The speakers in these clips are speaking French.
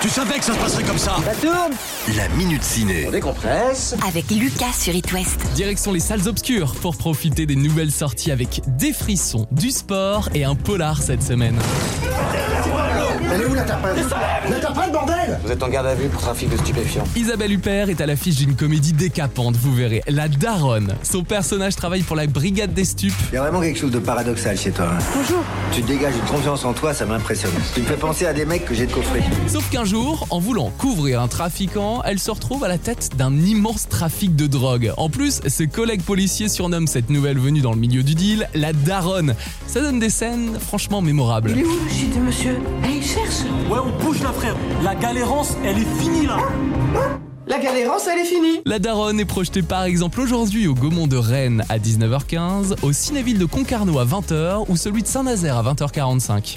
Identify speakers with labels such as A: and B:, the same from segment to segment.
A: Tu savais que ça se passerait comme ça
B: Ça tourne
C: La Minute Ciné.
B: On décompresse
D: avec Lucas sur It West.
E: Direction les salles obscures pour profiter des nouvelles sorties avec des frissons, du sport et un polar cette semaine.
B: Elle est où la tapade La tapade, bordel
F: Vous êtes en garde à vue pour trafic de stupéfiants.
E: Isabelle Huppert est à l'affiche d'une comédie décapante, vous verrez, La Daronne. Son personnage travaille pour la brigade des stupes.
G: Il y a vraiment quelque chose de paradoxal chez toi. hein.
D: Bonjour.
G: Tu te dégages une confiance en toi, ça m'impressionne. Tu me fais penser à des mecs que j'ai de coffrés.
E: Sauf qu'un jour, en voulant couvrir un trafiquant, elle se retrouve à la tête d'un immense trafic de drogue. En plus, ses collègues policiers surnomment cette nouvelle venue dans le milieu du deal la Daronne. Ça donne des scènes franchement mémorables.
H: Il est où le shit de monsieur Eh, il cherche
A: Ouais, on bouge là, frère. La galérance, elle est finie là.
H: La galérance, elle est finie
E: La Daronne est projetée par exemple aujourd'hui au Gaumont de Rennes à 19h15, au Cinéville de Concarneau à 20h ou celui de Saint-Nazaire à 20h45.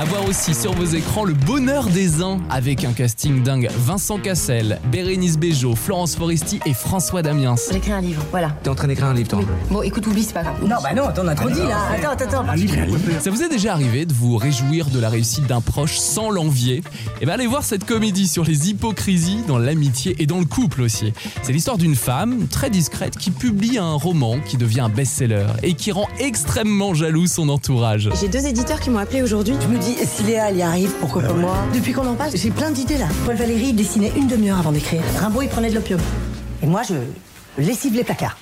E: À voir aussi sur vos écrans le bonheur des uns avec un casting dingue Vincent Cassel, Bérénice Bejo, Florence Foresti et François Damiens.
D: J'écris un livre, voilà.
F: T'es en train d'écrire un livre, toi
D: Bon, écoute, oublie, c'est pas grave.
B: Non, bah non, t'en as
A: Ah
B: trop dit
D: Oublie,
B: là
D: là, attends, attends, attends.
E: Ça vous est déjà arrivé de vous réjouir de la réussite d'un proche sans l'envier Eh bien allez voir cette comédie sur les hypocrisies dans l'amitié et dans le couple aussi. C'est l'histoire d'une femme très discrète qui publie un roman qui devient un best-seller et qui rend extrêmement jaloux son entourage.
I: J'ai deux éditeurs qui m'ont appelé aujourd'hui.
B: Je me dis, si Léa, elle y arrive, pourquoi pas moi
I: Depuis qu'on en parle, j'ai plein d'idées là. Paul Valéry, il dessinait une demi-heure avant d'écrire. Rimbaud, il prenait de l'opium.
B: Et moi, je lessive les placards.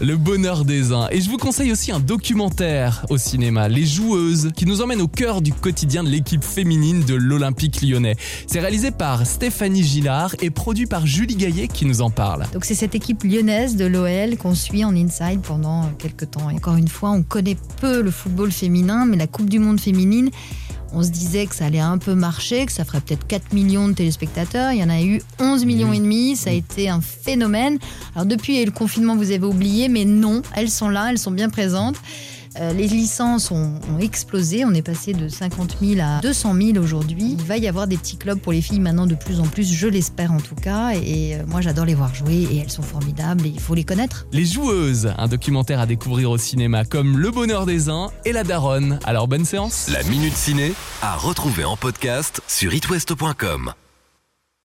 E: Le bonheur des uns. Et je vous conseille aussi un documentaire au cinéma, Les Joueuses, qui nous emmène au cœur du quotidien de l'équipe féminine de l'Olympique lyonnais. C'est réalisé par Stéphanie Gillard et produit par Julie Gaillet qui nous en parle.
J: Donc c'est cette équipe lyonnaise de l'OL qu'on suit en inside pendant euh, quelques temps. Et encore une fois, on connaît peu le football féminin, mais la Coupe du Monde féminine, on se disait que ça allait un peu marcher, que ça ferait peut-être 4 millions de téléspectateurs. Il y en a eu 11 millions et demi. Ça a été un phénomène. Alors depuis il y a eu le confinement, vous avez oublié, mais non, elles sont là, elles sont bien présentes. Euh, les licences ont, ont explosé. On est passé de 50 000 à 200 000 aujourd'hui. Il va y avoir des petits clubs pour les filles maintenant de plus en plus, je l'espère en tout cas. Et euh, moi, j'adore les voir jouer et elles sont formidables et il faut les connaître.
E: Les joueuses, un documentaire à découvrir au cinéma comme Le bonheur des uns et La daronne. Alors bonne séance
C: La Minute Ciné à retrouver en podcast sur itwest.com.